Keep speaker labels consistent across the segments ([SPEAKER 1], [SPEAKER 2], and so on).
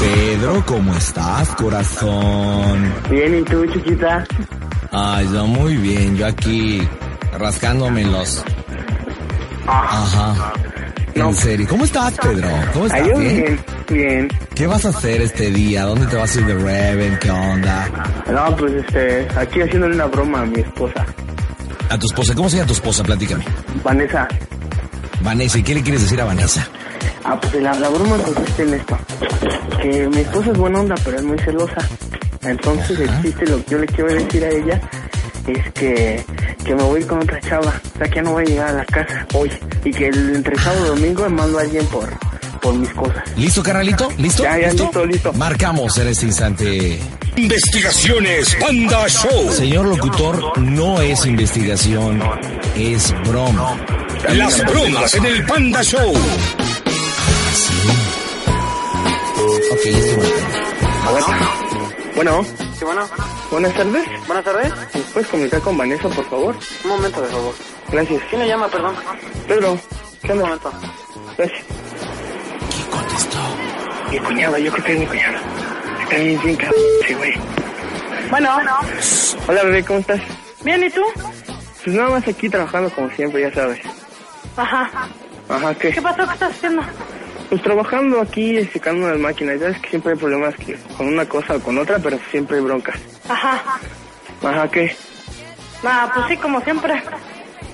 [SPEAKER 1] Pedro, ¿cómo estás, corazón?
[SPEAKER 2] Bien, ¿y tú, chiquita?
[SPEAKER 1] Ay, yo muy bien, yo aquí rascándome los. Ajá. En serio, ¿cómo estás, Pedro? ¿Cómo
[SPEAKER 2] Ay,
[SPEAKER 1] estás?
[SPEAKER 2] yo
[SPEAKER 1] ¿Bien?
[SPEAKER 2] bien, bien.
[SPEAKER 1] ¿Qué vas a hacer este día? ¿Dónde te vas a ir de Reven? ¿Qué onda?
[SPEAKER 2] No, pues este, aquí haciéndole una broma a mi esposa,
[SPEAKER 1] A tu esposa, ¿cómo se llama tu esposa? Platícame.
[SPEAKER 2] Vanessa.
[SPEAKER 1] Vanessa, ¿y qué le quieres decir a Vanessa?
[SPEAKER 2] Ah, pues la, la broma consiste en esto. Que mi esposa es buena onda, pero es muy celosa. Entonces
[SPEAKER 1] Ajá.
[SPEAKER 2] el chiste, lo que yo le quiero decir a ella es que, que me voy con otra chava. O sea, que ya no voy a llegar a la casa hoy. Y que el, entre sábado y domingo me mando a alguien por, por mis cosas.
[SPEAKER 1] ¿Listo, carnalito? ¿Listo?
[SPEAKER 2] Ya, ya, listo, listo.
[SPEAKER 1] Marcamos en este instante.
[SPEAKER 3] Investigaciones Panda Show.
[SPEAKER 1] Señor locutor, no es investigación, es broma.
[SPEAKER 3] Las bromas en el Panda Show.
[SPEAKER 1] Sí. Ok, listo, Marta.
[SPEAKER 2] Bueno,
[SPEAKER 4] Sí, bueno.
[SPEAKER 2] buenas tardes.
[SPEAKER 4] Buenas tardes.
[SPEAKER 2] ¿Me puedes comunicar con Vanessa, por favor?
[SPEAKER 4] Un momento, de favor.
[SPEAKER 2] Gracias.
[SPEAKER 4] ¿Quién le llama, perdón?
[SPEAKER 2] Pedro, ¿qué
[SPEAKER 4] Un
[SPEAKER 2] onda?
[SPEAKER 4] momento.
[SPEAKER 2] Gracias.
[SPEAKER 1] ¿Quién contestó?
[SPEAKER 2] Mi cuñado, yo creo que es mi cuñado. Está bien, bien, cabrón, ese güey.
[SPEAKER 4] Bueno.
[SPEAKER 2] Hola, bebé, ¿cómo estás?
[SPEAKER 4] Bien, ¿y tú?
[SPEAKER 2] Pues nada más aquí trabajando como siempre, ya sabes.
[SPEAKER 4] Ajá.
[SPEAKER 2] Ajá, ¿qué?
[SPEAKER 4] ¿Qué pasó? ¿Qué estás haciendo?
[SPEAKER 2] Pues trabajando aquí, secando las máquinas. Ya ves que siempre hay problemas que- con una cosa o con otra, pero siempre hay broncas.
[SPEAKER 4] Ajá.
[SPEAKER 2] Ajá, ¿qué?
[SPEAKER 4] Ah, pues sí, como siempre.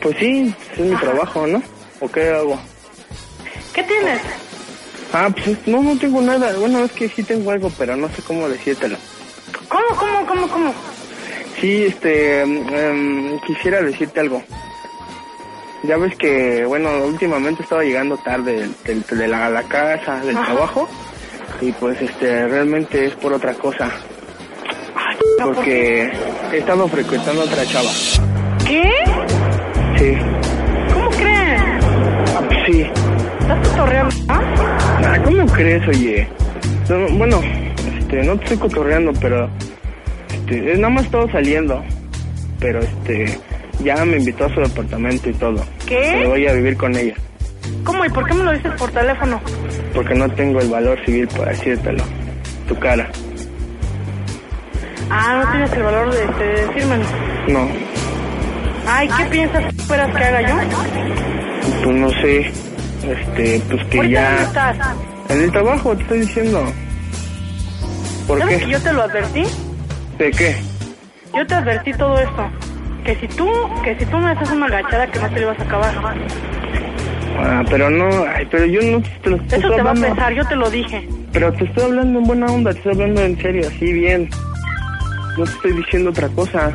[SPEAKER 2] Pues sí, pues es mi trabajo, ¿no? ¿O qué hago?
[SPEAKER 4] ¿Qué tienes?
[SPEAKER 2] Ah, pues es- no, no tengo nada. Bueno, es que sí tengo algo, pero no sé cómo decírtelo.
[SPEAKER 4] ¿Cómo, cómo, cómo, cómo?
[SPEAKER 2] Sí, este, mm, em, quisiera decirte algo. Ya ves que, bueno, últimamente estaba llegando tarde del- del- de la, la casa, del
[SPEAKER 4] Ajá.
[SPEAKER 2] trabajo, y pues, este, realmente es por otra cosa,
[SPEAKER 4] Ay, ¿por
[SPEAKER 2] porque he estado frecuentando a otra chava.
[SPEAKER 4] ¿Qué?
[SPEAKER 2] Sí,
[SPEAKER 4] ¿Cómo crees?
[SPEAKER 2] Ah, pues sí.
[SPEAKER 4] ¿Estás cotorreando? ¿Ah?
[SPEAKER 2] Ah, ¿Cómo crees, oye? No, bueno, este, no te estoy cotorreando, pero, este, nada más estaba saliendo, pero, este, ya me invitó a su departamento y todo.
[SPEAKER 4] ¿Qué?
[SPEAKER 2] Me voy a vivir con ella.
[SPEAKER 4] ¿Cómo? ¿Y por qué me lo dices por teléfono?
[SPEAKER 2] Porque no tengo el valor civil para decírtelo. Tu cara.
[SPEAKER 4] Ah, no tienes el valor de, de decírmelo.
[SPEAKER 2] No.
[SPEAKER 4] Ay, ¿qué piensas que esperas que haga yo?
[SPEAKER 2] Pues no sé. Este, pues que
[SPEAKER 4] ¿Ahorita dónde
[SPEAKER 2] ya.
[SPEAKER 4] estás?
[SPEAKER 2] En el trabajo te estoy diciendo. ¿Por
[SPEAKER 4] ¿Sabes
[SPEAKER 2] qué?
[SPEAKER 4] que yo te lo advertí?
[SPEAKER 2] ¿De qué?
[SPEAKER 4] Yo te advertí todo esto. Que si tú, que si tú me haces una agachada que no te lo ibas a acabar.
[SPEAKER 2] Ah, pero no. Ay, pero yo no te lo te
[SPEAKER 4] Eso
[SPEAKER 2] estoy
[SPEAKER 4] te va a
[SPEAKER 2] hablando.
[SPEAKER 4] pensar, yo te lo dije.
[SPEAKER 2] Pero te estoy hablando en buena onda, te estoy hablando en serio, así bien. No te estoy diciendo otra cosa.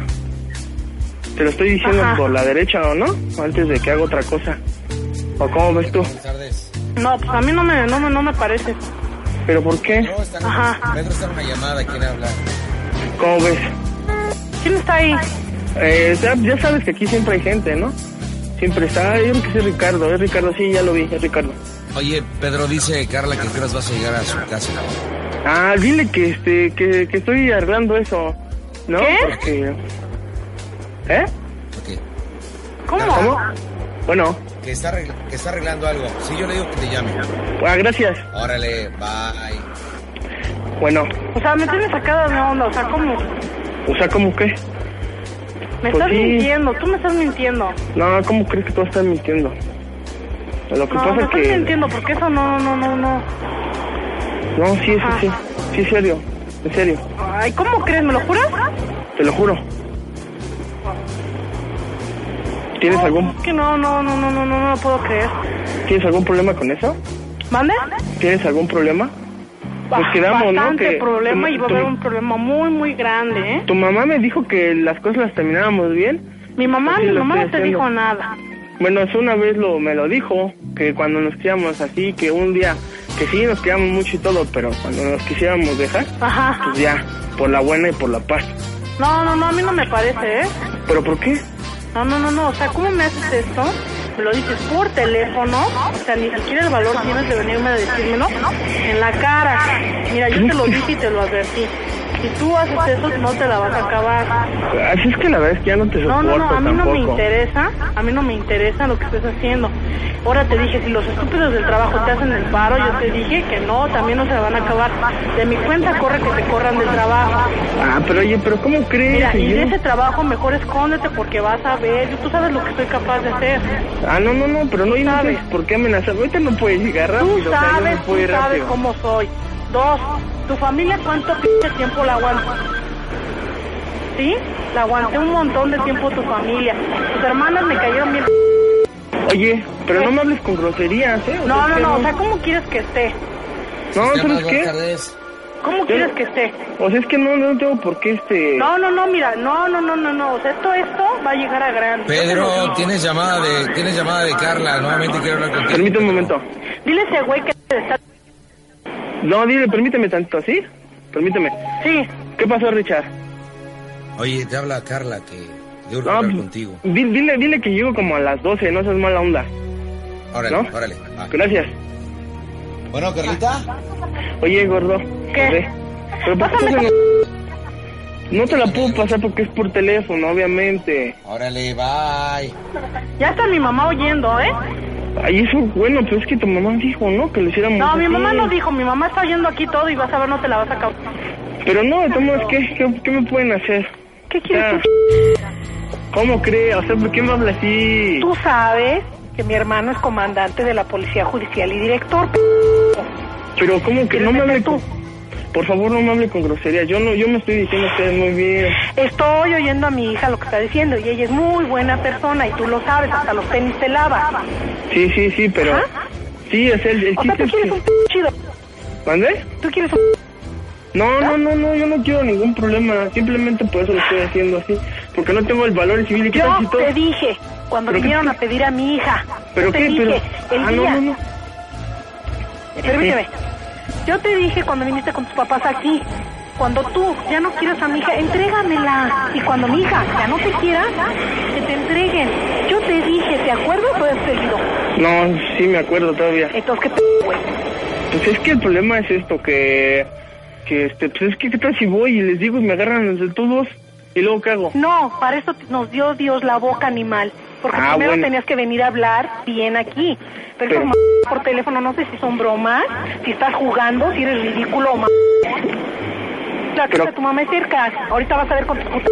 [SPEAKER 2] Te lo estoy diciendo
[SPEAKER 4] Ajá.
[SPEAKER 2] por la derecha, ¿o no? Antes de que haga otra cosa. ¿O cómo ves tú?
[SPEAKER 1] Buenas tardes.
[SPEAKER 4] No, pues a mí no me, no me, no me parece.
[SPEAKER 2] ¿Pero por qué?
[SPEAKER 1] No, está
[SPEAKER 4] Ajá.
[SPEAKER 1] Pedro está en una llamada, ¿quién habla?
[SPEAKER 2] ¿Cómo ves?
[SPEAKER 4] ¿Quién está ahí?
[SPEAKER 2] Eh, ya, ya sabes que aquí siempre hay gente, ¿no? Siempre está, yo creo que es Ricardo, es Ricardo, sí, ya lo vi, es Ricardo.
[SPEAKER 1] Oye, Pedro dice Carla que a qué horas vas a llegar a su casa.
[SPEAKER 2] Ah, dile que este, que, que estoy arreglando eso, ¿no?
[SPEAKER 4] ¿Qué?
[SPEAKER 2] Porque... ¿Eh?
[SPEAKER 1] Ok.
[SPEAKER 4] ¿Cómo?
[SPEAKER 2] ¿Cómo? Bueno,
[SPEAKER 1] Que está, arregl- que está arreglando algo. Sí, yo le digo que te llame.
[SPEAKER 2] ah, gracias.
[SPEAKER 1] Órale,
[SPEAKER 2] Ah,
[SPEAKER 1] bye.
[SPEAKER 2] Bueno,
[SPEAKER 4] O sea, me tienes sacada de onda, o sea, ¿cómo?
[SPEAKER 2] o sea, ¿cómo qué?
[SPEAKER 4] Me
[SPEAKER 2] Pues
[SPEAKER 4] estás
[SPEAKER 2] sí.
[SPEAKER 4] mintiendo, tú me estás mintiendo.
[SPEAKER 2] No, ¿cómo crees que tú estás mintiendo? Lo que
[SPEAKER 4] No, me
[SPEAKER 2] pasa
[SPEAKER 4] estás
[SPEAKER 2] que...
[SPEAKER 4] mintiendo, porque eso no, no, no, no.
[SPEAKER 2] No, sí, sí, sí,
[SPEAKER 4] Ajá.
[SPEAKER 2] sí, en serio, en serio,
[SPEAKER 4] Ay, ¿cómo crees? ¿Me lo juras?
[SPEAKER 2] te lo juro. ¿Tienes
[SPEAKER 4] No,
[SPEAKER 2] algún,
[SPEAKER 4] es que no, no, no, no, no, no, no lo puedo creer.
[SPEAKER 2] ¿Tienes algún problema con eso?
[SPEAKER 4] ¿Mande?
[SPEAKER 2] ¿Tienes algún problema? Nos quedamos, ¿no?
[SPEAKER 4] Bastante
[SPEAKER 2] Que-
[SPEAKER 4] problema
[SPEAKER 2] tú-
[SPEAKER 4] y va a
[SPEAKER 2] tú-
[SPEAKER 4] haber un problema muy, muy grande, ¿eh?
[SPEAKER 2] Tu mamá me dijo que las cosas las terminábamos bien.
[SPEAKER 4] Mi mamá,
[SPEAKER 2] Sí,
[SPEAKER 4] mi
[SPEAKER 2] lo
[SPEAKER 4] mamá
[SPEAKER 2] estoy
[SPEAKER 4] no te
[SPEAKER 2] haciendo.
[SPEAKER 4] dijo nada.
[SPEAKER 2] Bueno, eso una vez lo, me lo dijo, que cuando nos quedamos así, que un día, que sí nos quedamos mucho y todo, pero cuando nos quisiéramos dejar,
[SPEAKER 4] Ajá.
[SPEAKER 2] pues ya, por la buena y por la paz.
[SPEAKER 4] No, no, no, a mí no me parece, ¿eh?
[SPEAKER 2] ¿Pero por qué?
[SPEAKER 4] No, no, no, no. O sea, ¿cómo me haces esto? Me lo dices por teléfono. O sea, ni siquiera el valor tienes de venirme a decírmelo en la cara. Mira, yo te lo dije y te lo advertí. Si tú haces eso, no te la vas a acabar.
[SPEAKER 2] Así es que la verdad es que ya no te
[SPEAKER 4] No,
[SPEAKER 2] soporto
[SPEAKER 4] no, no, a mí no me
[SPEAKER 2] tampoco.
[SPEAKER 4] interesa. A mí no me interesa lo que estés haciendo. Ahora te dije, si los estúpidos del trabajo te hacen el paro, yo te dije que no, también no se la van a acabar. De mi cuenta corre que te corran del trabajo.
[SPEAKER 2] Ah, pero oye, pero ¿cómo crees?
[SPEAKER 4] Mira, y
[SPEAKER 2] oye?
[SPEAKER 4] de ese trabajo mejor escóndete porque vas a ver, tú sabes lo que soy capaz de hacer.
[SPEAKER 2] Ah, no, no, no, pero no, no
[SPEAKER 4] sabes.
[SPEAKER 2] sabes por qué amenazar. Ahorita no puedes llegar rápido.
[SPEAKER 4] Tú
[SPEAKER 2] o sea, yo
[SPEAKER 4] sabes,
[SPEAKER 2] no
[SPEAKER 4] tú
[SPEAKER 2] puedo ir
[SPEAKER 4] sabes
[SPEAKER 2] rápido.
[SPEAKER 4] cómo soy. Dos, tu familia cuánto pinche tiempo la aguanta. ¿Sí? La aguanté un montón de tiempo tu familia. Tus hermanas me cayeron bien.
[SPEAKER 2] Oye, pero
[SPEAKER 4] ¿Qué?
[SPEAKER 2] no me hables con groserías, ¿eh? O
[SPEAKER 4] Eh. No,
[SPEAKER 2] sea,
[SPEAKER 4] no,
[SPEAKER 2] que
[SPEAKER 4] no, o sea, ¿cómo quieres que esté?
[SPEAKER 2] No,
[SPEAKER 1] Llama,
[SPEAKER 2] ¿sabes
[SPEAKER 1] buenas
[SPEAKER 2] qué?
[SPEAKER 1] tardes.
[SPEAKER 4] ¿Cómo quieres que esté?
[SPEAKER 2] O sea, es que no, no tengo por qué este...
[SPEAKER 4] No, no, no, mira, no, no, no, no, no, o sea, esto, esto va a llegar a grande.
[SPEAKER 1] Pedro, tienes llamada de, tienes llamada de Carla, nuevamente quiero hablar contigo.
[SPEAKER 2] Permíteme un momento.
[SPEAKER 4] Dile a ese güey que está...
[SPEAKER 2] No, dile, permíteme tantito, ¿sí? Permíteme.
[SPEAKER 4] Sí,
[SPEAKER 2] ¿Qué pasó, Richard?
[SPEAKER 1] Oye, te habla Carla que debo
[SPEAKER 2] No,
[SPEAKER 1] hablar
[SPEAKER 2] pues,
[SPEAKER 1] contigo.
[SPEAKER 2] di- dile, dile que llego como a las 12, no seas mala onda.
[SPEAKER 1] Órale,
[SPEAKER 2] ¿no?
[SPEAKER 1] órale. va.
[SPEAKER 2] Gracias.
[SPEAKER 1] Bueno, Carlita.
[SPEAKER 2] Oye, gordo.
[SPEAKER 4] ¿Qué?
[SPEAKER 2] no sé, Pero ¿por qué
[SPEAKER 4] Pásame
[SPEAKER 2] estás en- No te la puedo pasar porque es por teléfono, obviamente.
[SPEAKER 1] Órale, bye.
[SPEAKER 4] ya está mi mamá oyendo, ¿eh?
[SPEAKER 2] Ay, eso, bueno, pues es que tu mamá dijo, ¿no? Que lo hiciéramos
[SPEAKER 4] No, mi
[SPEAKER 2] así.
[SPEAKER 4] mamá no dijo, mi mamá está oyendo aquí todo y vas a ver, no te la vas a acabar.
[SPEAKER 2] Pero no, de todos modos, ¿qué, qué, qué me pueden hacer?
[SPEAKER 4] ¿Qué quieres
[SPEAKER 2] Ya.
[SPEAKER 4] tú?
[SPEAKER 2] ¿Cómo crees? O sea, ¿por qué me hablas así?
[SPEAKER 4] Tú sabes que mi hermano es comandante de la Policía Judicial y director. p-
[SPEAKER 2] Pero ¿cómo que
[SPEAKER 4] ¿Quieres
[SPEAKER 2] no me hable
[SPEAKER 4] meter tú?
[SPEAKER 2] con... Por favor, no me hable con grosería. Yo no, yo me estoy diciendo a ustedes muy bien.
[SPEAKER 4] Estoy oyendo a mi hija lo que está diciendo y ella es muy buena persona y tú lo sabes, hasta los tenis te lava.
[SPEAKER 2] Sí, sí, sí, pero...
[SPEAKER 4] Ajá.
[SPEAKER 2] Sí, es el, el
[SPEAKER 4] O sea,
[SPEAKER 2] chiste
[SPEAKER 4] tú
[SPEAKER 2] es que...
[SPEAKER 4] quieres un p- chido,
[SPEAKER 2] ¿Mandé?
[SPEAKER 4] tú quieres un... p-
[SPEAKER 2] No, no, no, no, yo no quiero ningún problema. Simplemente por eso lo estoy haciendo así. Porque no tengo el valor civil. ¿Y qué tal si
[SPEAKER 4] Yo
[SPEAKER 2] todo-
[SPEAKER 4] te dije, cuando
[SPEAKER 2] ¿Pero qué?
[SPEAKER 4] vinieron a pedir a mi hija,
[SPEAKER 2] ¿Pero
[SPEAKER 4] yo te
[SPEAKER 2] qué?
[SPEAKER 4] dije,
[SPEAKER 2] Pero-
[SPEAKER 4] el
[SPEAKER 2] Ah, no,
[SPEAKER 4] día...
[SPEAKER 2] no, no.
[SPEAKER 4] Permíteme. Yo te dije cuando viniste con tus papás aquí, cuando tú ya no quieras a mi hija, entrégamela. Y cuando mi hija ya no te quiera, que te entreguen. Yo te dije, ¿te acuerdas o has seguido?
[SPEAKER 2] No, sí me acuerdo todavía.
[SPEAKER 4] Entonces, ¿qué p güey?
[SPEAKER 2] Pues es que el problema es esto, que... Que este, pues es que qué tal si voy y les digo y me agarran los de todos y luego qué hago.
[SPEAKER 4] No, para eso te- nos dio Dios la boca animal. Porque
[SPEAKER 2] Ah,
[SPEAKER 4] primero
[SPEAKER 2] bueno.
[SPEAKER 4] tenías que venir a hablar bien aquí. Pero,
[SPEAKER 2] Pero-
[SPEAKER 4] esas m- por teléfono, no sé si son bromas, si estás jugando, si eres ridículo o m- La casa
[SPEAKER 2] Pero-
[SPEAKER 4] de tu mamá es cerca. Ahorita vas a ver con tu puta.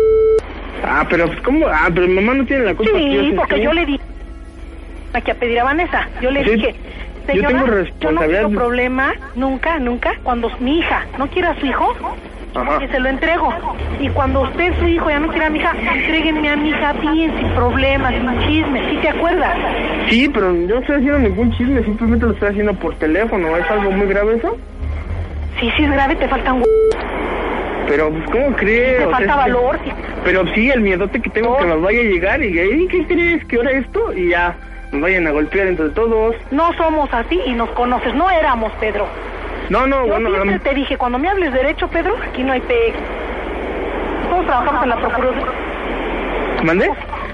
[SPEAKER 2] Ah, pero pues cómo, ah, pero mi mamá no tiene la culpa. que
[SPEAKER 4] Sí,
[SPEAKER 2] se
[SPEAKER 4] porque
[SPEAKER 2] esté.
[SPEAKER 4] yo le dije aquí a pedir a Vanessa, yo le
[SPEAKER 2] Sí,
[SPEAKER 4] dije,
[SPEAKER 2] yo tengo
[SPEAKER 4] señora, yo no
[SPEAKER 2] responsabilidad
[SPEAKER 4] tengo
[SPEAKER 2] de-
[SPEAKER 4] problema nunca, nunca, cuando mi hija no quiera a su hijo,
[SPEAKER 2] Ajá.
[SPEAKER 4] que se lo entrego. Y cuando usted, su hijo, ya no quiera a mi hija, entréguenme a mi hija bien, sin problemas, sin chismes, ¿sí te acuerdas?
[SPEAKER 2] Sí, pero yo no estoy haciendo ningún chisme, simplemente lo estoy haciendo por teléfono. ¿Es algo muy grave eso?
[SPEAKER 4] Sí, sí es grave, te faltan hue-
[SPEAKER 2] Pero, pues, ¿cómo crees?
[SPEAKER 4] te
[SPEAKER 2] O sea,
[SPEAKER 4] falta
[SPEAKER 2] es que-
[SPEAKER 4] valor. sí.
[SPEAKER 2] Pero sí, el miedote que tengo que nos vaya a llegar y ahí, ¿qué crees? ¿Qué hora es esto? Y ya, nos vayan a golpear entre todos.
[SPEAKER 4] No somos así y nos conoces, no éramos, Pedro.
[SPEAKER 2] No, no,
[SPEAKER 4] Yo
[SPEAKER 2] Oh, bueno, a lo
[SPEAKER 4] siempre
[SPEAKER 2] mejor-
[SPEAKER 4] te dije, cuando me hables derecho, Pedro, aquí no hay pegue. Todos trabajamos en la Procuraduría.
[SPEAKER 2] ¿mandé?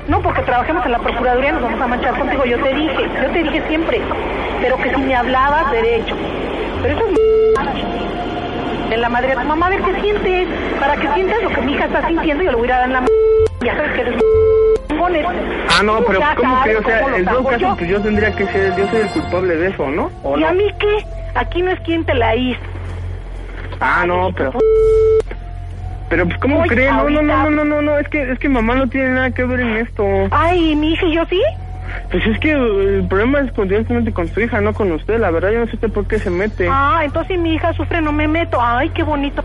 [SPEAKER 4] No, porque trabajemos en la Procuraduría, nos vamos a manchar contigo. Yo te dije, yo te dije siempre, pero que si me hablabas derecho. Pero eso es m- en la madre de tu mamá, a ver qué sientes, para que sientas lo que mi hija está sintiendo, yo le voy a ir a dar en la madre. Ya sabes que eres m-
[SPEAKER 2] Ah, no,
[SPEAKER 4] Tú
[SPEAKER 2] pero
[SPEAKER 4] ya
[SPEAKER 2] ¿cómo que?
[SPEAKER 4] sabes
[SPEAKER 2] O sea,
[SPEAKER 4] cómo
[SPEAKER 2] en
[SPEAKER 4] los
[SPEAKER 2] todo
[SPEAKER 4] hago
[SPEAKER 2] caso,
[SPEAKER 4] yo.
[SPEAKER 2] pues yo tendría que ser, yo soy el culpable de eso, ¿no? ¿O
[SPEAKER 4] ¿Y
[SPEAKER 2] no?
[SPEAKER 4] a mí qué? Aquí no es quien te la hizo.
[SPEAKER 2] Ah, no, pero... Pero, pues, ¿cómo
[SPEAKER 4] Voy
[SPEAKER 2] crees? No, no,
[SPEAKER 4] ahorita.
[SPEAKER 2] no, no, no, no, no, es que, es que mamá no tiene nada que ver en esto.
[SPEAKER 4] Ay, mi hija y yo sí.
[SPEAKER 2] Pues es que el problema es continuamente con su hija, no con usted. La verdad, yo no sé usted por qué se mete.
[SPEAKER 4] Ah, entonces si mi hija sufre, no me meto. Ay, qué bonito.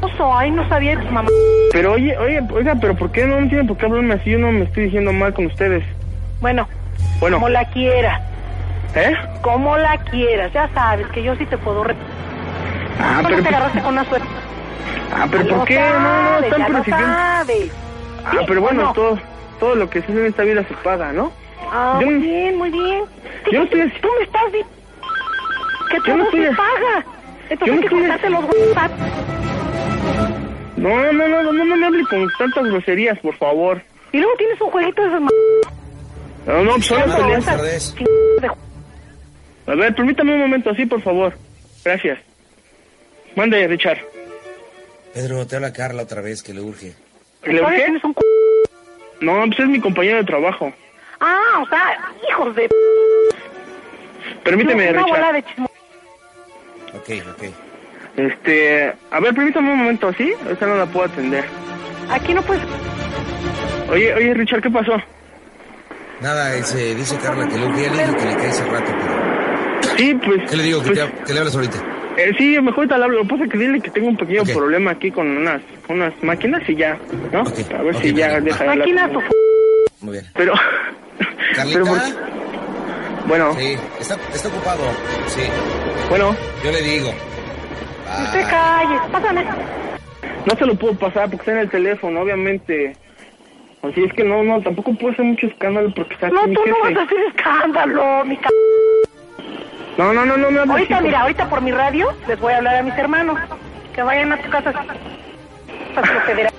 [SPEAKER 4] Oso, Ay, no sabía que tu mamá.
[SPEAKER 2] Pero oye, oye, oiga, pero ¿por qué no tienen por qué hablarme así? Yo no me estoy diciendo mal con ustedes.
[SPEAKER 4] Bueno,
[SPEAKER 2] Bueno,
[SPEAKER 4] como la quieras.
[SPEAKER 2] ¿eh?
[SPEAKER 4] Como la quieras, ya sabes que yo sí te puedo re...
[SPEAKER 2] Ah,
[SPEAKER 4] ¿Por qué
[SPEAKER 2] pero,
[SPEAKER 4] te agarraste con una suerte?
[SPEAKER 2] ah, pero
[SPEAKER 4] Ya lo
[SPEAKER 2] ¿por qué? No, no,
[SPEAKER 4] sabes,
[SPEAKER 2] están
[SPEAKER 4] ya lo
[SPEAKER 2] persiguiendo.
[SPEAKER 4] sabes.
[SPEAKER 2] Ah,
[SPEAKER 4] Sí,
[SPEAKER 2] pero bueno,
[SPEAKER 4] ¿o no?
[SPEAKER 2] todo, todo lo que se hace en esta vida se paga, ¿no?
[SPEAKER 4] Ah,
[SPEAKER 2] Yo
[SPEAKER 4] muy
[SPEAKER 2] no-
[SPEAKER 4] bien, muy bien.
[SPEAKER 2] yo no estoy-
[SPEAKER 4] Tú me estás diciendo que
[SPEAKER 2] Yo
[SPEAKER 4] todo
[SPEAKER 2] no estoy-
[SPEAKER 4] se paga.
[SPEAKER 2] yo
[SPEAKER 4] Entonces
[SPEAKER 2] no
[SPEAKER 4] hay que
[SPEAKER 2] estoy-
[SPEAKER 4] cortarse los WhatsApp.
[SPEAKER 2] No, no, no, no, no, no me hable con tantas groserías, por favor.
[SPEAKER 4] Y luego tienes un jueguito de esas m-
[SPEAKER 2] No, no, solo
[SPEAKER 1] Buenas
[SPEAKER 2] peleas.
[SPEAKER 1] tardes.
[SPEAKER 4] de ju-
[SPEAKER 2] A ver, permítame un momento, así, por favor. Gracias. Manda ya, Richard.
[SPEAKER 1] Pedro, te habla Carla otra vez que le urge.
[SPEAKER 2] ¿Le
[SPEAKER 4] Todavía
[SPEAKER 2] urge?
[SPEAKER 4] tienes un cu-
[SPEAKER 2] No, pues es mi compañero de trabajo.
[SPEAKER 4] Ah, o sea, hijos de...
[SPEAKER 2] Permíteme,
[SPEAKER 4] Una
[SPEAKER 2] Richard.
[SPEAKER 4] bola de chismo.
[SPEAKER 1] Ok, ok.
[SPEAKER 2] Este, a ver, permítame un momento, ¿sí? Ahorita no la puedo atender.
[SPEAKER 4] Aquí no puedes.
[SPEAKER 2] Oye, oye, Richard, ¿qué pasó?
[SPEAKER 1] Nada, ese, dice Carla que le, ya le dije que le cae hace rato, pero...
[SPEAKER 2] Sí, pues...
[SPEAKER 1] ¿Qué le digo? Que,
[SPEAKER 2] pues,
[SPEAKER 1] te- que le hablas ahorita.
[SPEAKER 2] eh, sí, mejor te la hablo. Lo que pasa es que dile que tengo un pequeño
[SPEAKER 1] Ok.
[SPEAKER 2] problema aquí con unas, unas máquinas y ya, ¿no?
[SPEAKER 1] Ok,
[SPEAKER 2] A ver
[SPEAKER 1] ok,
[SPEAKER 2] si ya
[SPEAKER 1] vale.
[SPEAKER 2] deja de hablar
[SPEAKER 4] Máquinas
[SPEAKER 2] conmigo.
[SPEAKER 4] o f-
[SPEAKER 1] Muy bien.
[SPEAKER 2] Pero... pero
[SPEAKER 1] ¿Carlita?
[SPEAKER 2] por- bueno,
[SPEAKER 1] Sí, está, está ocupado. Sí,
[SPEAKER 2] bueno,
[SPEAKER 1] yo le digo. Ah, Bye.
[SPEAKER 4] Usted calle. Pásame.
[SPEAKER 2] no se lo puedo pasar porque está en el teléfono, obviamente. Así es que no, no, tampoco puedo hacer mucho escándalo porque está aquí
[SPEAKER 4] No,
[SPEAKER 2] mi
[SPEAKER 4] tú no
[SPEAKER 2] jefe.
[SPEAKER 4] vas a hacer escándalo, mi ca-
[SPEAKER 2] No, no, no, no me hables
[SPEAKER 4] Ahorita,
[SPEAKER 2] así,
[SPEAKER 4] mira, ahorita por mi radio les voy a hablar a mis hermanos. Que vayan a tu casa. Pues Estás procederá.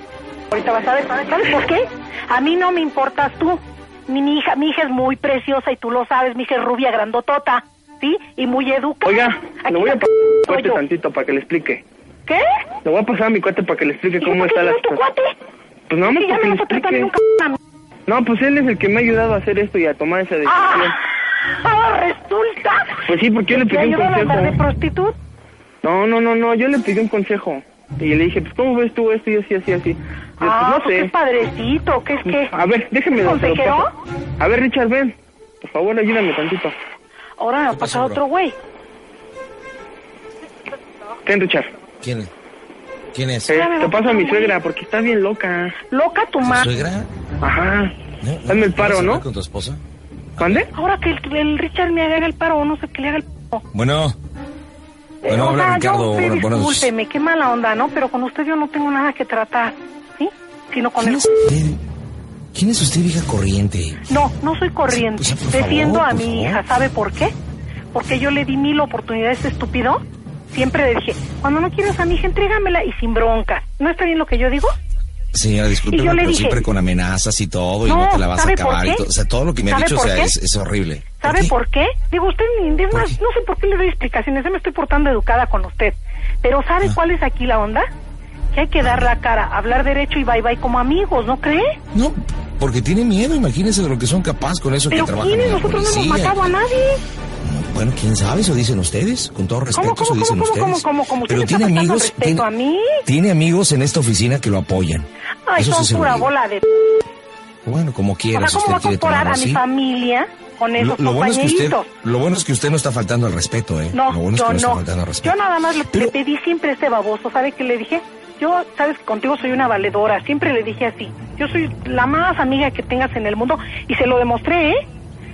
[SPEAKER 4] Ahorita vas a ver. ¿Sabes por qué? A mí no me importas tú. Mi hija, mi hija es muy preciosa y tú lo sabes. Mi hija es rubia, grandotota. ¿Sí? Y muy educada.
[SPEAKER 2] Oiga,
[SPEAKER 4] Aquí
[SPEAKER 2] le voy a
[SPEAKER 4] la
[SPEAKER 2] pasar a mi
[SPEAKER 4] soy
[SPEAKER 2] cuate
[SPEAKER 4] yo.
[SPEAKER 2] tantito para que le explique.
[SPEAKER 4] ¿Qué?
[SPEAKER 2] Le voy a pasar a mi cuate para que le explique
[SPEAKER 4] ¿Y
[SPEAKER 2] cómo
[SPEAKER 4] por qué
[SPEAKER 2] está
[SPEAKER 4] no
[SPEAKER 2] la
[SPEAKER 4] es tu
[SPEAKER 2] situación.
[SPEAKER 4] cuate?
[SPEAKER 2] Pues nada más
[SPEAKER 4] Sí, ya
[SPEAKER 2] para que
[SPEAKER 4] me
[SPEAKER 2] le
[SPEAKER 4] vas a tratar de un
[SPEAKER 2] explique.
[SPEAKER 4] cabrón.
[SPEAKER 2] No, pues él es el que me ha ayudado a hacer esto y a tomar esa decisión.
[SPEAKER 4] Ah, ahora resulta.
[SPEAKER 2] Pues sí, porque yo le
[SPEAKER 4] ¿Te
[SPEAKER 2] pedí un
[SPEAKER 4] ayudan a andar de
[SPEAKER 2] consejo.
[SPEAKER 4] prostituta?
[SPEAKER 2] No, no, no, no, yo le pedí un consejo. Y le dije, pues ¿cómo ves tú esto y así, así, así? Y yo,
[SPEAKER 4] Ah,
[SPEAKER 2] pues
[SPEAKER 4] pues qué
[SPEAKER 2] no sé.
[SPEAKER 4] padrecito, ¿qué es qué?
[SPEAKER 2] A ver, déjeme.
[SPEAKER 4] ¿Es
[SPEAKER 2] se lo
[SPEAKER 4] consejero?
[SPEAKER 2] paso. A ver, Richard, ven. Por favor, ayúdame tantito.
[SPEAKER 4] Ahora me ha
[SPEAKER 1] ¿Qué pasó,
[SPEAKER 4] pasado
[SPEAKER 1] bro?
[SPEAKER 4] otro güey.
[SPEAKER 2] Ven, Richard.
[SPEAKER 1] ¿Quién es? ¿Quién es?
[SPEAKER 2] Eh,
[SPEAKER 4] Ya me
[SPEAKER 2] te
[SPEAKER 4] va
[SPEAKER 2] paso a mi
[SPEAKER 4] pasando.
[SPEAKER 2] suegra porque está bien loca.
[SPEAKER 4] Loca tu
[SPEAKER 1] ¿Tu
[SPEAKER 4] madre.
[SPEAKER 1] suegra?
[SPEAKER 2] Ajá.
[SPEAKER 1] No, no,
[SPEAKER 2] Dame el
[SPEAKER 1] ¿no vas
[SPEAKER 2] paro,
[SPEAKER 1] a hablar
[SPEAKER 2] ¿no?
[SPEAKER 1] con tu esposa?
[SPEAKER 2] ¿Mande?
[SPEAKER 4] Ahora que el, el Richard me haga el paro, no sé qué le haga el paro.
[SPEAKER 1] Bueno,
[SPEAKER 4] Eh,
[SPEAKER 1] bueno,
[SPEAKER 4] o
[SPEAKER 1] habla
[SPEAKER 4] sea, yo,
[SPEAKER 1] Ricardo.
[SPEAKER 4] usted,
[SPEAKER 1] buenas- buenas noches.
[SPEAKER 4] discúlpeme, qué mala onda, ¿no? Pero con usted yo no tengo nada que tratar, ¿sí? Sino con
[SPEAKER 1] ¿Quién
[SPEAKER 4] él.
[SPEAKER 1] es usted? ¿Quién es usted, vieja corriente?
[SPEAKER 4] No, no soy corriente.
[SPEAKER 1] Pues, por
[SPEAKER 4] Defiendo
[SPEAKER 1] favor,
[SPEAKER 4] a
[SPEAKER 1] por
[SPEAKER 4] mi
[SPEAKER 1] favor.
[SPEAKER 4] hija, ¿sabe por qué? Porque yo le di mil oportunidades, este estúpido. Siempre le dije, cuando no quieras a mi hija, entrégamela y sin bronca. ¿No está bien lo que yo digo?
[SPEAKER 1] Señora, discúlpeme,
[SPEAKER 4] Y yo le
[SPEAKER 1] pero
[SPEAKER 4] dije-
[SPEAKER 1] siempre con amenazas y todo, y no,
[SPEAKER 4] No,
[SPEAKER 1] te la vas a
[SPEAKER 4] ¿sabe por
[SPEAKER 1] acabar. Y
[SPEAKER 4] qué?
[SPEAKER 1] todo. O sea, todo lo que me ha
[SPEAKER 4] ¿Sabe
[SPEAKER 1] dicho o
[SPEAKER 4] por
[SPEAKER 1] sea,
[SPEAKER 4] qué?
[SPEAKER 1] es, es horrible.
[SPEAKER 4] ¿Sabe por qué? Digo, usted, ni- es
[SPEAKER 1] ¿Por
[SPEAKER 4] más,
[SPEAKER 1] qué?
[SPEAKER 4] no sé por qué le doy explicaciones, ya me estoy portando educada con usted. Pero ¿sabe
[SPEAKER 1] Ah.
[SPEAKER 4] cuál es aquí la onda? Que hay que dar la cara, hablar derecho y bye bye como amigos, ¿no cree?
[SPEAKER 1] No, porque tiene miedo, imagínense de lo que son capaz con eso
[SPEAKER 4] Pero
[SPEAKER 1] que trabajan en
[SPEAKER 4] ¿quiénes?
[SPEAKER 1] la
[SPEAKER 4] Nosotros no hemos
[SPEAKER 1] policía.
[SPEAKER 4] matado a nadie.
[SPEAKER 1] Bueno, quién sabe, eso dicen ustedes, con todo respeto,
[SPEAKER 4] cómo,
[SPEAKER 1] eso dicen
[SPEAKER 4] cómo,
[SPEAKER 1] ustedes.
[SPEAKER 4] cómo, cómo, cómo? ¿Usted
[SPEAKER 1] Pero
[SPEAKER 4] me
[SPEAKER 1] tiene
[SPEAKER 4] está faltando
[SPEAKER 1] amigos,
[SPEAKER 4] al
[SPEAKER 1] tiene,
[SPEAKER 4] respeto a mí?
[SPEAKER 1] tiene amigos en esta oficina que lo apoyan.
[SPEAKER 4] Ay,
[SPEAKER 1] eso sí se
[SPEAKER 4] son
[SPEAKER 1] lo
[SPEAKER 4] pura
[SPEAKER 1] digo.
[SPEAKER 4] bola de... p-
[SPEAKER 1] Bueno, como
[SPEAKER 4] O sea,
[SPEAKER 1] quieras,
[SPEAKER 4] ¿cómo
[SPEAKER 1] usted
[SPEAKER 4] va a
[SPEAKER 1] quiere
[SPEAKER 4] comparar
[SPEAKER 1] tomarlo
[SPEAKER 4] a mi
[SPEAKER 1] así.
[SPEAKER 4] familia con
[SPEAKER 1] Lo,
[SPEAKER 4] esos
[SPEAKER 1] lo bueno es que usted,
[SPEAKER 4] compañeritos?
[SPEAKER 1] lo bueno es que usted no está faltando al respeto, ¿eh?
[SPEAKER 4] No,
[SPEAKER 1] lo bueno es
[SPEAKER 4] yo
[SPEAKER 1] que no, está
[SPEAKER 4] no.
[SPEAKER 1] faltando al respeto.
[SPEAKER 4] Yo nada más le,
[SPEAKER 1] Pero-
[SPEAKER 4] le pedí siempre a este baboso, ¿sabe qué le dije? Yo, sabes que contigo soy una valedora, siempre le dije así. Yo soy la más amiga que tengas en el mundo y se lo demostré, ¿eh?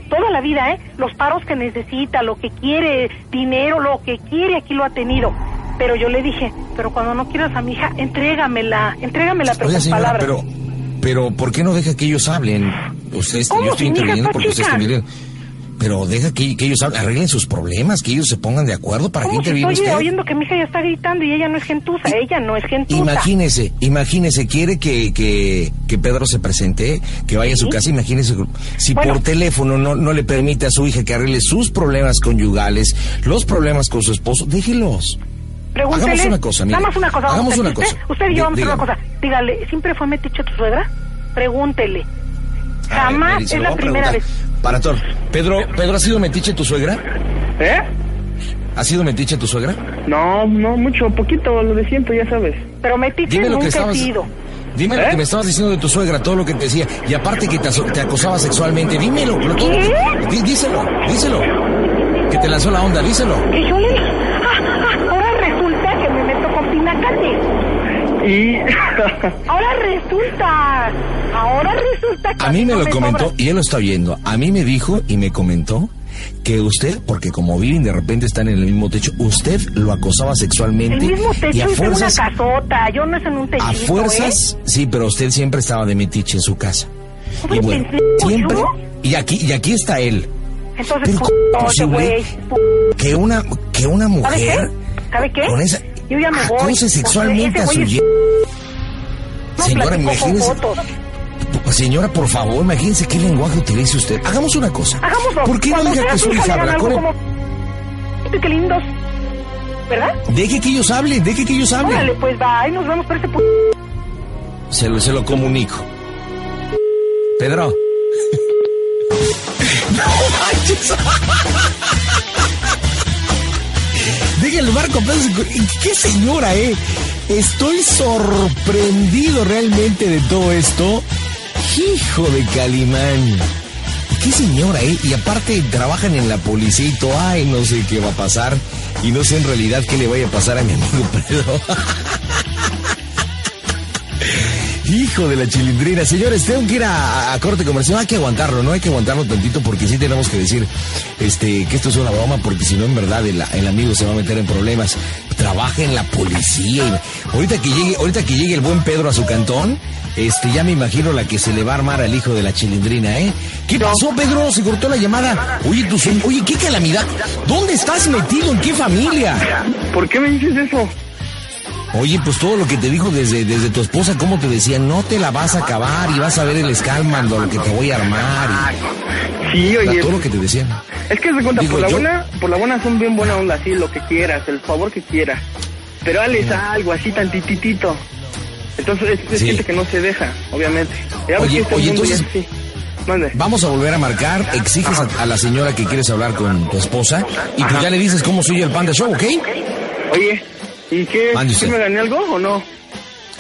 [SPEAKER 4] Toda la vida, ¿eh? Los paros que necesita, lo que quiere, dinero, lo que quiere, aquí lo ha tenido. Pero yo le dije, pero cuando no quieras a mi hija, entrégamela, entrégamela, pero
[SPEAKER 1] Oiga,
[SPEAKER 4] con
[SPEAKER 1] señora,
[SPEAKER 4] palabras.
[SPEAKER 1] pero, pero ¿por qué no deja que ellos hablen? Ustedes,
[SPEAKER 4] ¿Cómo?
[SPEAKER 1] yo estoy
[SPEAKER 4] Si mi hija
[SPEAKER 1] interviniendo
[SPEAKER 4] está
[SPEAKER 1] porque ustedes
[SPEAKER 4] chica.
[SPEAKER 1] también... Pero deja que, que ellos hablen, arreglen sus problemas, que ellos se pongan de acuerdo. ¿Para qué
[SPEAKER 4] ¿Cómo si
[SPEAKER 1] interviene
[SPEAKER 4] estoy
[SPEAKER 1] usted?
[SPEAKER 4] oyendo que mi hija ya está gritando y ella no es gentuza? ella no es gentuza.
[SPEAKER 1] Imagínese, imagínese, quiere que, que, que Pedro se presente, que vaya a su
[SPEAKER 4] Sí.
[SPEAKER 1] casa, imagínese, si
[SPEAKER 4] Bueno.
[SPEAKER 1] por teléfono no, no le permite a su hija que arregle sus problemas conyugales, los problemas con su esposo, déjelos.
[SPEAKER 4] Pregúntele.
[SPEAKER 1] Hagamos una cosa, mire.
[SPEAKER 4] Nada más una cosa.
[SPEAKER 1] Hagamos
[SPEAKER 4] a hacer.
[SPEAKER 1] una
[SPEAKER 4] usted,
[SPEAKER 1] cosa.
[SPEAKER 4] Usted y
[SPEAKER 1] Dí-
[SPEAKER 4] yo vamos a hacer una
[SPEAKER 1] dígame.
[SPEAKER 4] cosa. Dígale, ¿siempre fue metiche tu suegra? Pregúntele. Jamás
[SPEAKER 1] Mary, se lo
[SPEAKER 4] es la
[SPEAKER 1] voy a
[SPEAKER 4] primera vez.
[SPEAKER 1] preguntar. Para todo. Pedro, Pedro, ¿ha sido metiche tu suegra?
[SPEAKER 2] ¿Eh?
[SPEAKER 1] ¿Ha sido metiche tu suegra?
[SPEAKER 2] No, no, mucho, poquito, lo de siempre, ya sabes.
[SPEAKER 4] Pero metiche
[SPEAKER 1] Dime lo
[SPEAKER 4] nunca
[SPEAKER 1] que
[SPEAKER 4] he
[SPEAKER 1] estabas.
[SPEAKER 4] sido.
[SPEAKER 1] Dime lo
[SPEAKER 2] ¿Eh?
[SPEAKER 1] que me estabas diciendo de tu suegra, todo lo que te decía. Y aparte que te, aso- te acosaba sexualmente. Dímelo. lo- todo lo que- Dí- díselo, díselo. Que te lanzó la onda, díselo.
[SPEAKER 4] Que yo le dije, ah, ah, ahora resulta que me meto con Pinacate.
[SPEAKER 2] Y...
[SPEAKER 4] Ahora resulta. Ahora resulta que.
[SPEAKER 1] A mí me
[SPEAKER 4] no
[SPEAKER 1] lo comentó,
[SPEAKER 4] sobra.
[SPEAKER 1] y él lo está viendo, a mí me dijo y me comentó que usted, porque como viven de repente están en el mismo techo, usted lo acosaba
[SPEAKER 4] El
[SPEAKER 1] sexualmente
[SPEAKER 4] mismo
[SPEAKER 1] y a
[SPEAKER 4] techo hice en una
[SPEAKER 1] fuerzas,
[SPEAKER 4] casota. Yo no es en un techito.
[SPEAKER 1] a
[SPEAKER 4] ¿eh?
[SPEAKER 1] fuerzas, sí, pero usted siempre estaba de metiche en su casa.
[SPEAKER 4] ¿Cómo
[SPEAKER 1] Y
[SPEAKER 4] le
[SPEAKER 1] bueno,
[SPEAKER 4] pensé,
[SPEAKER 1] siempre,
[SPEAKER 4] yo?
[SPEAKER 1] y aquí, y aquí está él,
[SPEAKER 4] ¿eh? Entonces,
[SPEAKER 1] Pero ¿cómo es
[SPEAKER 4] puto,
[SPEAKER 1] posible?
[SPEAKER 4] güey. puto.
[SPEAKER 1] que una, que una
[SPEAKER 4] ¿Sabe qué?
[SPEAKER 1] mujer
[SPEAKER 4] ¿Sabe qué?
[SPEAKER 1] con esa
[SPEAKER 4] Yo ya me voy.
[SPEAKER 1] acose
[SPEAKER 4] porque
[SPEAKER 1] sexualmente
[SPEAKER 4] ese
[SPEAKER 1] a su
[SPEAKER 4] güey es-
[SPEAKER 1] ye-
[SPEAKER 4] no
[SPEAKER 1] Señora,
[SPEAKER 4] platicó con
[SPEAKER 1] imagínese.
[SPEAKER 4] fotos.
[SPEAKER 1] P- Señora, por favor, imagínense qué lenguaje utilice usted. Hagamos una cosa.
[SPEAKER 4] Hagamos dos.
[SPEAKER 1] ¿Por qué no
[SPEAKER 4] Cuando
[SPEAKER 1] deja
[SPEAKER 4] sea
[SPEAKER 1] que su
[SPEAKER 4] hija,
[SPEAKER 1] hija
[SPEAKER 4] digan
[SPEAKER 1] habla
[SPEAKER 4] algo
[SPEAKER 1] con él?
[SPEAKER 4] como, "Ay, Qué lindos. ¿Verdad?
[SPEAKER 1] Deje que ellos hablen, deje que ellos hablen.
[SPEAKER 4] Órale, pues va, ahí nos vemos por ese pu...
[SPEAKER 1] Se lo, se lo comunico. Pedro. deje el barco. pues, ¿Qué señora, eh? Estoy sorprendido realmente de todo esto. Hijo de Calimán. Qué señora, eh. Y aparte trabajan en la policía y todo. Ay, no sé qué va a pasar. Y no sé en realidad qué le vaya a pasar a mi amigo Pedro. Hijo de la chilindrina. Señores, tengo que ir a, a corte comercial. Hay que aguantarlo, ¿no? Hay que aguantarlo tantito porque sí tenemos que decir este, que esto es una broma porque si no, en verdad, el, el amigo se va a meter en problemas. Trabaja en la policía. y- ahorita, que llegue, ahorita que llegue el buen Pedro a su cantón, este, ya me imagino la que se le va a armar al hijo de la chilindrina, ¿eh? ¿Qué pasó, Pedro? Se cortó la llamada. Oye, tu son- Oye, qué calamidad. ¿Dónde estás metido? ¿En qué familia?
[SPEAKER 2] ¿Por qué me dices eso?
[SPEAKER 1] Oye, pues todo lo que te dijo desde, desde tu esposa, cómo te decía, no te la vas a acabar y vas a ver el escalmando, lo que te voy a armar.
[SPEAKER 2] Sí,
[SPEAKER 1] Y,
[SPEAKER 2] oye.
[SPEAKER 1] todo lo que te decían.
[SPEAKER 2] Es que se cuenta,
[SPEAKER 1] Digo,
[SPEAKER 2] por la
[SPEAKER 1] yo-
[SPEAKER 2] buena, por la buena son bien buena onda, así lo que quieras, el favor que quieras. Pero hales algo así tantititito. Entonces es, es
[SPEAKER 1] Sí.
[SPEAKER 2] gente que no se deja, obviamente. Ya ves
[SPEAKER 1] Oye,
[SPEAKER 2] que este
[SPEAKER 1] oye,
[SPEAKER 2] mundo ya
[SPEAKER 1] entonces-
[SPEAKER 2] es así. Mande.
[SPEAKER 1] Vamos a volver a marcar, exiges a, a la señora que quieres hablar con tu esposa y tú ya le dices cómo soy el Panda Show, ¿ok?
[SPEAKER 2] Oye, ¿y qué?
[SPEAKER 1] Mande
[SPEAKER 2] ¿sí
[SPEAKER 1] usted.
[SPEAKER 2] me gané algo o no?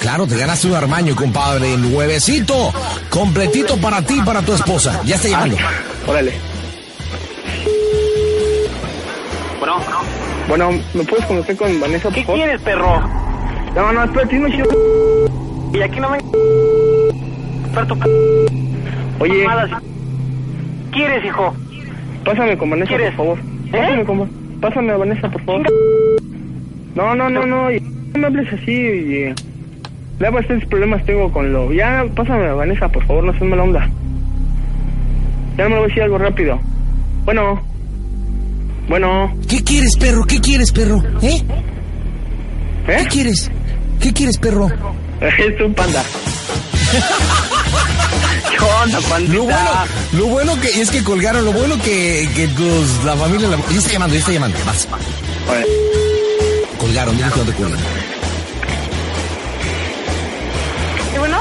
[SPEAKER 1] Claro, te ganaste un armaño, compadre, nuevecito, completito para ti y para tu esposa. Ya está llamando.
[SPEAKER 2] Órale.
[SPEAKER 5] Bueno,
[SPEAKER 2] Bueno, ¿me puedes conocer con Vanessa, por
[SPEAKER 5] ¿qué
[SPEAKER 2] favor?
[SPEAKER 5] quieres, perro?
[SPEAKER 2] No, no, espérate, no quiero...
[SPEAKER 5] Y aquí no me... Experto,
[SPEAKER 2] Oye,
[SPEAKER 5] mamadas. ¿Quieres, hijo?
[SPEAKER 2] pásame con Vanessa,
[SPEAKER 5] ¿Quieres?
[SPEAKER 2] por favor.
[SPEAKER 5] ¿Eh?
[SPEAKER 2] Pásame con... Pásame a Vanessa, por favor. No, no, no, no, y- no me hables así, oye. Ya bastantes problemas tengo con lo... Ya, pásame a Vanessa, por favor, no seas mala onda. Ya me lo voy a decir algo rápido. Bueno. Bueno.
[SPEAKER 1] ¿Qué quieres, perro? ¿Qué quieres, perro? ¿Eh?
[SPEAKER 2] ¿Eh?
[SPEAKER 1] ¿Qué quieres? ¿Qué quieres, perro?
[SPEAKER 2] Es un panda.
[SPEAKER 5] ¿Qué onda, pandita?
[SPEAKER 1] Lo bueno,
[SPEAKER 2] Ah.
[SPEAKER 1] lo bueno que es que colgaron, lo bueno que, que tus- la familia... La, ya está llamando, ya está llamando. Vas.
[SPEAKER 2] Órale.
[SPEAKER 1] Colgaron, dime cuándo colgaron.
[SPEAKER 4] Y bueno,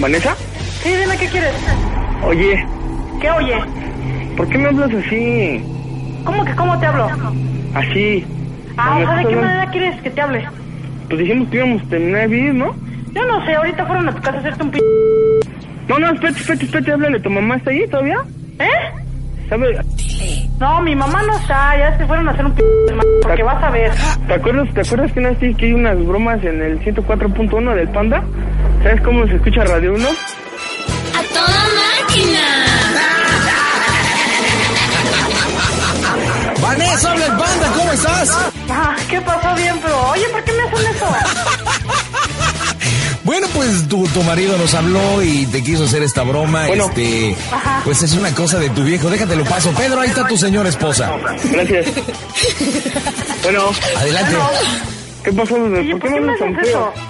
[SPEAKER 2] ¿Vanessa?
[SPEAKER 4] sí, dime qué quieres.
[SPEAKER 2] Oye,
[SPEAKER 4] ¿Qué oye?
[SPEAKER 2] ¿por qué me hablas así?
[SPEAKER 4] ¿Cómo que cómo te hablo?
[SPEAKER 2] Así.
[SPEAKER 4] Ah, o sea, ¿de qué
[SPEAKER 2] Nosotros-
[SPEAKER 4] manera quieres que te hable?
[SPEAKER 2] Pues dijimos que íbamos a terminar bien, ¿no?
[SPEAKER 4] Yo no sé, ahorita fueron a tu casa a hacerte un p...
[SPEAKER 2] No, no, espérate, espérate, espérate, háblale. ¿Tu mamá está ahí todavía?
[SPEAKER 4] ¿Eh?
[SPEAKER 2] ¿Sabe?
[SPEAKER 4] No, mi mamá no está, ya se fueron a hacer un p... Porque vas a ver.
[SPEAKER 1] Ah.
[SPEAKER 2] ¿Te acuerdas, ¿Te acuerdas que una vez te dije que hay unas bromas en el 104.1 del Panda? ¿Sabes cómo se escucha Radio 1?
[SPEAKER 6] ¡A toda máquina!
[SPEAKER 1] Vanessa, habla el banda, ¿cómo estás?
[SPEAKER 4] Ah, ¿Qué pasó bien, pero? Oye, ¿por qué me hacen eso?
[SPEAKER 1] Bueno, pues tu, tu marido nos habló y te quiso hacer esta broma.
[SPEAKER 2] Bueno.
[SPEAKER 1] Este, pues es una cosa de tu viejo, déjatelo paso. Pedro, ahí está tu señora esposa.
[SPEAKER 2] Gracias. bueno,
[SPEAKER 1] Adelante.
[SPEAKER 2] ¿qué pasó?
[SPEAKER 4] Oye, ¿por qué me
[SPEAKER 2] hablas tan
[SPEAKER 4] haces
[SPEAKER 2] feo?
[SPEAKER 4] eso?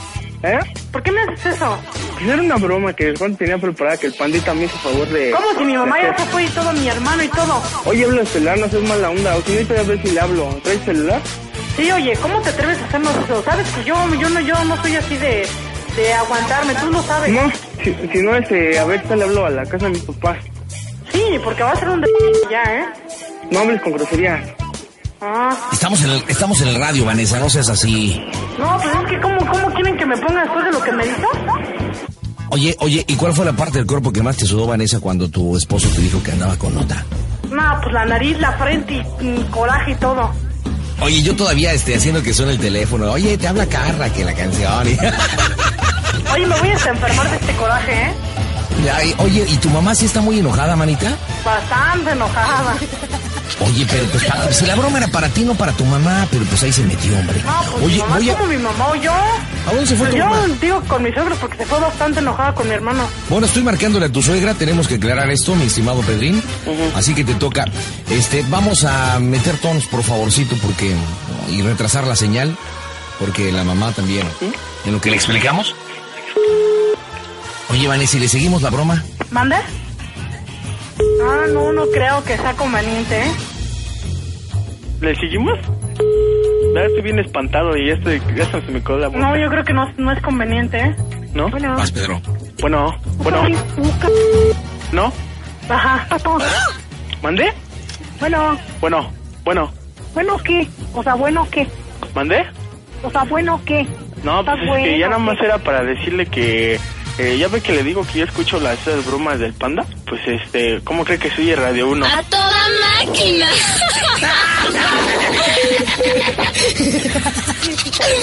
[SPEAKER 2] ¿Eh?
[SPEAKER 4] ¿Por qué me haces eso?
[SPEAKER 2] Pues era una broma que Juan tenía preparada que el pandita me hizo favor de...
[SPEAKER 4] ¿Cómo si mi mamá
[SPEAKER 2] de
[SPEAKER 4] ya
[SPEAKER 2] hacer.
[SPEAKER 4] se fue y todo, mi hermano y todo?
[SPEAKER 2] Oye, habla el celular, no seas mala onda. O si no, ahorita voy a ver si le hablo. ¿Traes celular?
[SPEAKER 4] Sí, oye, ¿cómo te atreves a hacernos eso? Sabes que yo, yo no, yo no soy así de, de aguantarme, tú lo sabes.
[SPEAKER 2] No, si, si no, este, a ver, ahorita le hablo a la casa de mis papás.
[SPEAKER 4] Sí, porque va a ser un de... ya, ¿eh?
[SPEAKER 2] No hables con groserías.
[SPEAKER 4] Ah,
[SPEAKER 1] Estamos en, el, estamos en el radio, Vanessa, no seas así.
[SPEAKER 4] no, pues es que ¿cómo, cómo quieren que me ponga después de lo que me dijo?
[SPEAKER 1] Oye, oye, ¿y cuál fue la parte del cuerpo que más te sudó, Vanessa, cuando tu esposo te dijo que andaba con otra?
[SPEAKER 4] No, pues la nariz, la frente y mm, coraje y todo.
[SPEAKER 1] Oye, yo todavía este, haciendo que suene el teléfono. Oye, te habla Carla, que la canción.
[SPEAKER 4] Oye, me voy a hasta enfermar de este coraje, ¿eh?
[SPEAKER 1] Ay, Oye, ¿y tu mamá sí está muy enojada, manita?
[SPEAKER 4] Bastante enojada.
[SPEAKER 1] Oye, pero pues, pa- si la broma era para ti, no para tu mamá, pero pues ahí se metió, hombre.
[SPEAKER 4] No, pues mi
[SPEAKER 1] Oye,
[SPEAKER 4] mamá
[SPEAKER 1] voy a...
[SPEAKER 4] como mi mamá o yo.
[SPEAKER 1] ¿A dónde se fue tu
[SPEAKER 4] yo
[SPEAKER 1] mamá?
[SPEAKER 4] digo con mis suegros porque se fue bastante enojada con mi hermano.
[SPEAKER 1] Bueno, estoy marcándole a tu suegra, tenemos que aclarar esto, mi estimado Pedrín. Así que te toca. Este, vamos a meter tonos, por favorcito, porque. y retrasar la señal, porque la mamá también. En lo que le explicamos. Oye, Vanessa, ¿y le seguimos la broma?
[SPEAKER 4] ¿Mande? Ah, no, no creo que sea conveniente, ¿eh?
[SPEAKER 2] ¿Le seguimos? Ya estoy bien espantado y ya, estoy, ya hasta se me coló la boca.
[SPEAKER 4] No, yo creo que no, no es conveniente, ¿eh?
[SPEAKER 2] ¿No?
[SPEAKER 4] Bueno.
[SPEAKER 1] Vas, Pedro.
[SPEAKER 2] Bueno, bueno,
[SPEAKER 4] Ay, puta.
[SPEAKER 2] ¿no?
[SPEAKER 4] Ajá, pato.
[SPEAKER 2] ¿Mandé?
[SPEAKER 4] Bueno,
[SPEAKER 2] Bueno, bueno,
[SPEAKER 7] ¿Bueno qué? O sea, ¿bueno qué?
[SPEAKER 2] ¿Mandé?
[SPEAKER 7] O sea, ¿bueno qué?
[SPEAKER 2] No, pues es
[SPEAKER 7] bueno,
[SPEAKER 2] que ya nada más
[SPEAKER 7] ¿qué?
[SPEAKER 2] era para decirle que... eh, ya ve que le digo que yo escucho las esas bromas del panda. Pues este, ¿cómo cree que soy Radio 1?
[SPEAKER 6] A toda máquina.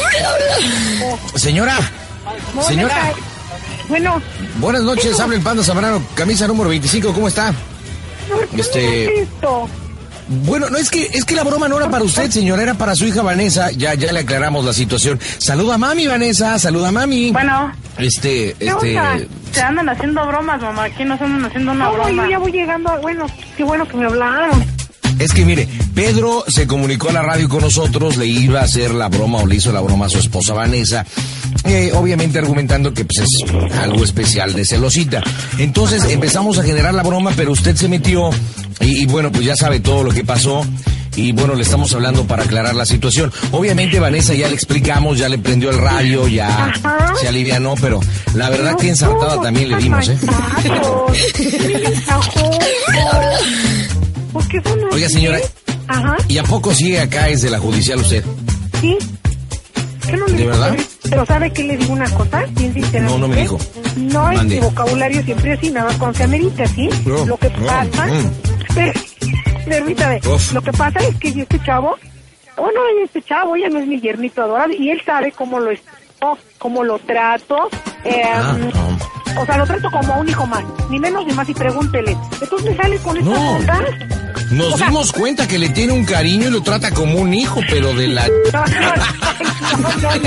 [SPEAKER 1] Señora, señora,
[SPEAKER 7] Bueno,
[SPEAKER 1] buenas noches. Habla el Panda Zambrano, camisa número 25. ¿Cómo está?
[SPEAKER 7] ¿por qué
[SPEAKER 1] Este-
[SPEAKER 7] no haces esto?
[SPEAKER 1] Bueno, no es que es que la broma no era para usted, señora, era para su hija Vanessa. Ya ya le aclaramos la situación. Saluda a mami, Vanessa. Saluda a mami.
[SPEAKER 7] Bueno,
[SPEAKER 1] Este,
[SPEAKER 7] ¿qué
[SPEAKER 1] este.
[SPEAKER 7] onda?
[SPEAKER 4] Se andan haciendo bromas, mamá. Aquí nos andan haciendo una
[SPEAKER 7] No,
[SPEAKER 4] broma.
[SPEAKER 7] yo ya voy llegando. a- Bueno, qué bueno que me hablaron.
[SPEAKER 1] Es que mire, Pedro se comunicó a la radio con nosotros, le iba a hacer la broma o le hizo la broma a su esposa Vanessa, eh, obviamente argumentando que pues, es algo especial de celosita. Entonces empezamos a generar la broma, pero usted se metió y, y, bueno, pues ya sabe todo lo que pasó. Y bueno, le estamos hablando para aclarar la situación. Obviamente Vanessa ya le explicamos, ya le prendió el radio, ya
[SPEAKER 7] Ajá.
[SPEAKER 1] se alivianó, pero la verdad
[SPEAKER 7] No,
[SPEAKER 1] que ensartada
[SPEAKER 7] no,
[SPEAKER 1] también le
[SPEAKER 7] están
[SPEAKER 1] dimos, ¿eh?
[SPEAKER 7] manchados, encajosos. ¿Por qué son
[SPEAKER 1] Oiga,
[SPEAKER 7] así? ¿eh?
[SPEAKER 1] señora.
[SPEAKER 7] Ajá,
[SPEAKER 1] ¿Y a poco sigue acá es de la judicial usted?
[SPEAKER 7] sí. ¿Qué no le
[SPEAKER 1] ¿De
[SPEAKER 7] dijo?
[SPEAKER 1] verdad?
[SPEAKER 7] Pero ¿sabe qué le digo una cosa? Bien sinceramente.
[SPEAKER 1] No, no me dijo.
[SPEAKER 7] No es
[SPEAKER 1] Mande.
[SPEAKER 7] mi vocabulario siempre así, nada más con se amerita, ¿sí?
[SPEAKER 1] No,
[SPEAKER 7] Lo que
[SPEAKER 1] no,
[SPEAKER 7] pasa...
[SPEAKER 1] no.
[SPEAKER 7] Permítame.
[SPEAKER 1] Uf.
[SPEAKER 7] Lo que pasa es que si este chavo... Oh, no, este chavo ya no es mi yernito adorado y él sabe cómo lo es, cómo lo trato. eh,
[SPEAKER 1] Ah, no.
[SPEAKER 7] O sea, lo trato como a un hijo más, ni menos ni más, y pregúntele. Entonces me sale con estas
[SPEAKER 1] No.
[SPEAKER 7] ondas.
[SPEAKER 1] Nos
[SPEAKER 7] O sea,
[SPEAKER 1] dimos cuenta que le tiene un cariño y lo trata como un hijo, pero de la...
[SPEAKER 7] No, no, no, no, no, no,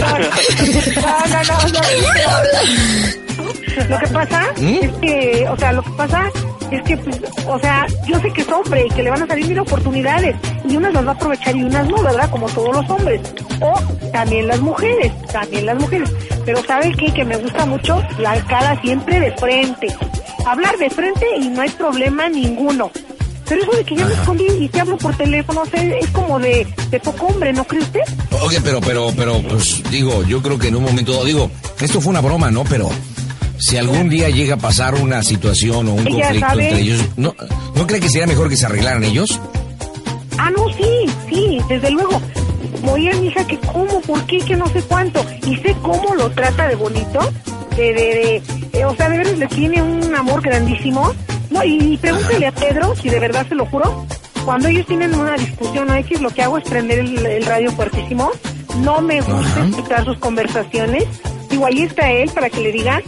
[SPEAKER 7] no, no. Lo que pasa
[SPEAKER 1] ¿Mm?
[SPEAKER 7] es que, o sea, lo que pasa es que, pues, o sea, yo sé que es hombre y que le van a salir mil oportunidades y unas las va a aprovechar y unas no, ¿verdad? Como todos los hombres. O también las mujeres, también las mujeres. Pero ¿sabe qué? Que me gusta mucho la cara siempre de frente. Hablar de frente y no hay problema ninguno. Pero eso de que yo me escondí y te hablo por teléfono, o sea, es como de, de poco hombre, ¿no cree usted?
[SPEAKER 1] Oye, pero, pero, pero, pues digo, yo creo que en un momento, dado- digo, esto fue una broma, ¿no? Pero si algún día llega a pasar una situación o un
[SPEAKER 7] Ella
[SPEAKER 1] conflicto
[SPEAKER 7] sabe.
[SPEAKER 1] entre ellos, ¿no, ¿no cree que sería mejor que se arreglaran ellos?
[SPEAKER 7] Ah, no, sí, sí, desde luego. Oye, mi hija, que cómo, por qué, que no sé cuánto. Y sé cómo lo trata de bonito. De, de, de, eh, o sea, de veras le tiene un amor grandísimo. No, y, y pregúntale a Pedro, si de verdad se lo juro, cuando ellos tienen una discusión o X, lo que hago es prender el, el radio fuertísimo. No me gusta
[SPEAKER 1] Ajá.
[SPEAKER 7] escuchar sus conversaciones. Digo, ahí está él para que le diga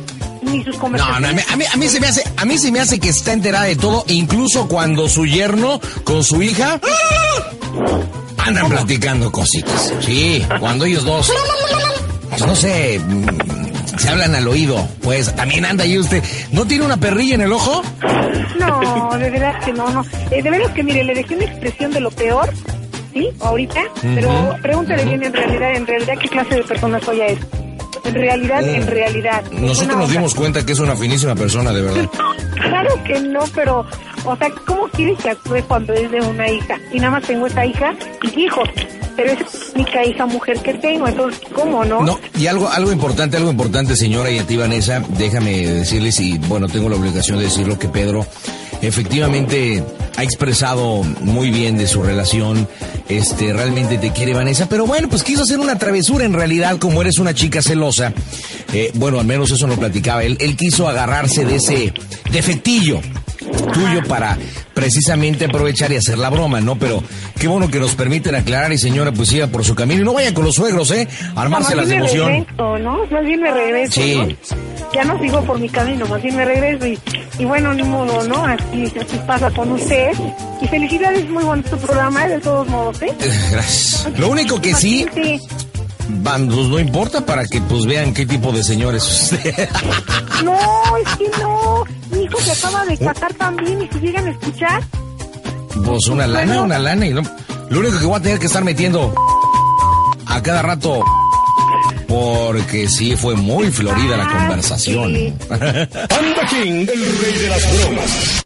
[SPEAKER 7] ni sus
[SPEAKER 1] No,
[SPEAKER 7] conversaciones.
[SPEAKER 1] no, a mí, a mí- a mí se me hace, a mí se me hace que está enterada de todo, incluso cuando su yerno con su hija andan platicando cositas. Sí, cuando ellos dos, pues, no sé, mm, se hablan al oído, pues también anda ahí usted. ¿No tiene una perrilla en el ojo?
[SPEAKER 7] No, de verdad que no, no. Eh, de veras que mire, le dejé una expresión de lo peor, ¿sí? Ahorita, pero pregúntale bien en realidad, en realidad, ¿qué clase de persona soy a él? En realidad, en realidad.
[SPEAKER 1] Eh, Nosotros
[SPEAKER 7] Una
[SPEAKER 1] nos
[SPEAKER 7] onda.
[SPEAKER 1] dimos cuenta que es una finísima persona, de verdad.
[SPEAKER 7] Claro que no, pero, o sea, ¿cómo quieres que actúe cuando es de una hija? Y nada más tengo esa hija y hijos, pero es mi única hija mujer que tengo, entonces, ¿cómo no?
[SPEAKER 1] No, y algo, algo importante, algo importante, señora y a ti, Vanessa, déjame decirles, y bueno, tengo la obligación de decirlo, que Pedro efectivamente ha expresado muy bien de su relación, este, realmente te quiere Vanessa, pero bueno, pues quiso hacer una travesura en realidad, como eres una chica celosa, eh, bueno, al menos eso lo platicaba él, él quiso agarrarse de ese defectillo tuyo para precisamente aprovechar y hacer la broma, ¿no? Pero qué bueno que nos permiten aclarar y señora, pues siga por su camino y no vaya con los suegros, ¿eh?
[SPEAKER 7] No,
[SPEAKER 1] Armarse
[SPEAKER 7] más
[SPEAKER 1] las de
[SPEAKER 7] bien me
[SPEAKER 1] emoción.
[SPEAKER 7] regreso, ¿no? Más bien me regreso.
[SPEAKER 1] Sí.
[SPEAKER 7] ¿no? Ya no sigo por mi camino, más bien me regreso y, y bueno, ni modo, ¿no? Así, así pasa con usted. Y felicidades, muy bonito programa, de todos modos, ¿eh?
[SPEAKER 1] Eh, Gracias. Lo único que sí,
[SPEAKER 7] Imagínate.
[SPEAKER 1] van, pues, no importa para que pues vean qué tipo de señor es usted.
[SPEAKER 7] No, es que no. Mi hijo se acaba
[SPEAKER 1] ¿Eh?
[SPEAKER 7] de casar también y si llegan a escuchar,
[SPEAKER 1] Pues una lana, una lana y no. Lo único que voy a tener que estar metiendo a cada rato. Porque sí fue muy florida la
[SPEAKER 7] Ah,
[SPEAKER 1] conversación.
[SPEAKER 7] sí.
[SPEAKER 3] Panda King, el rey de las bromas.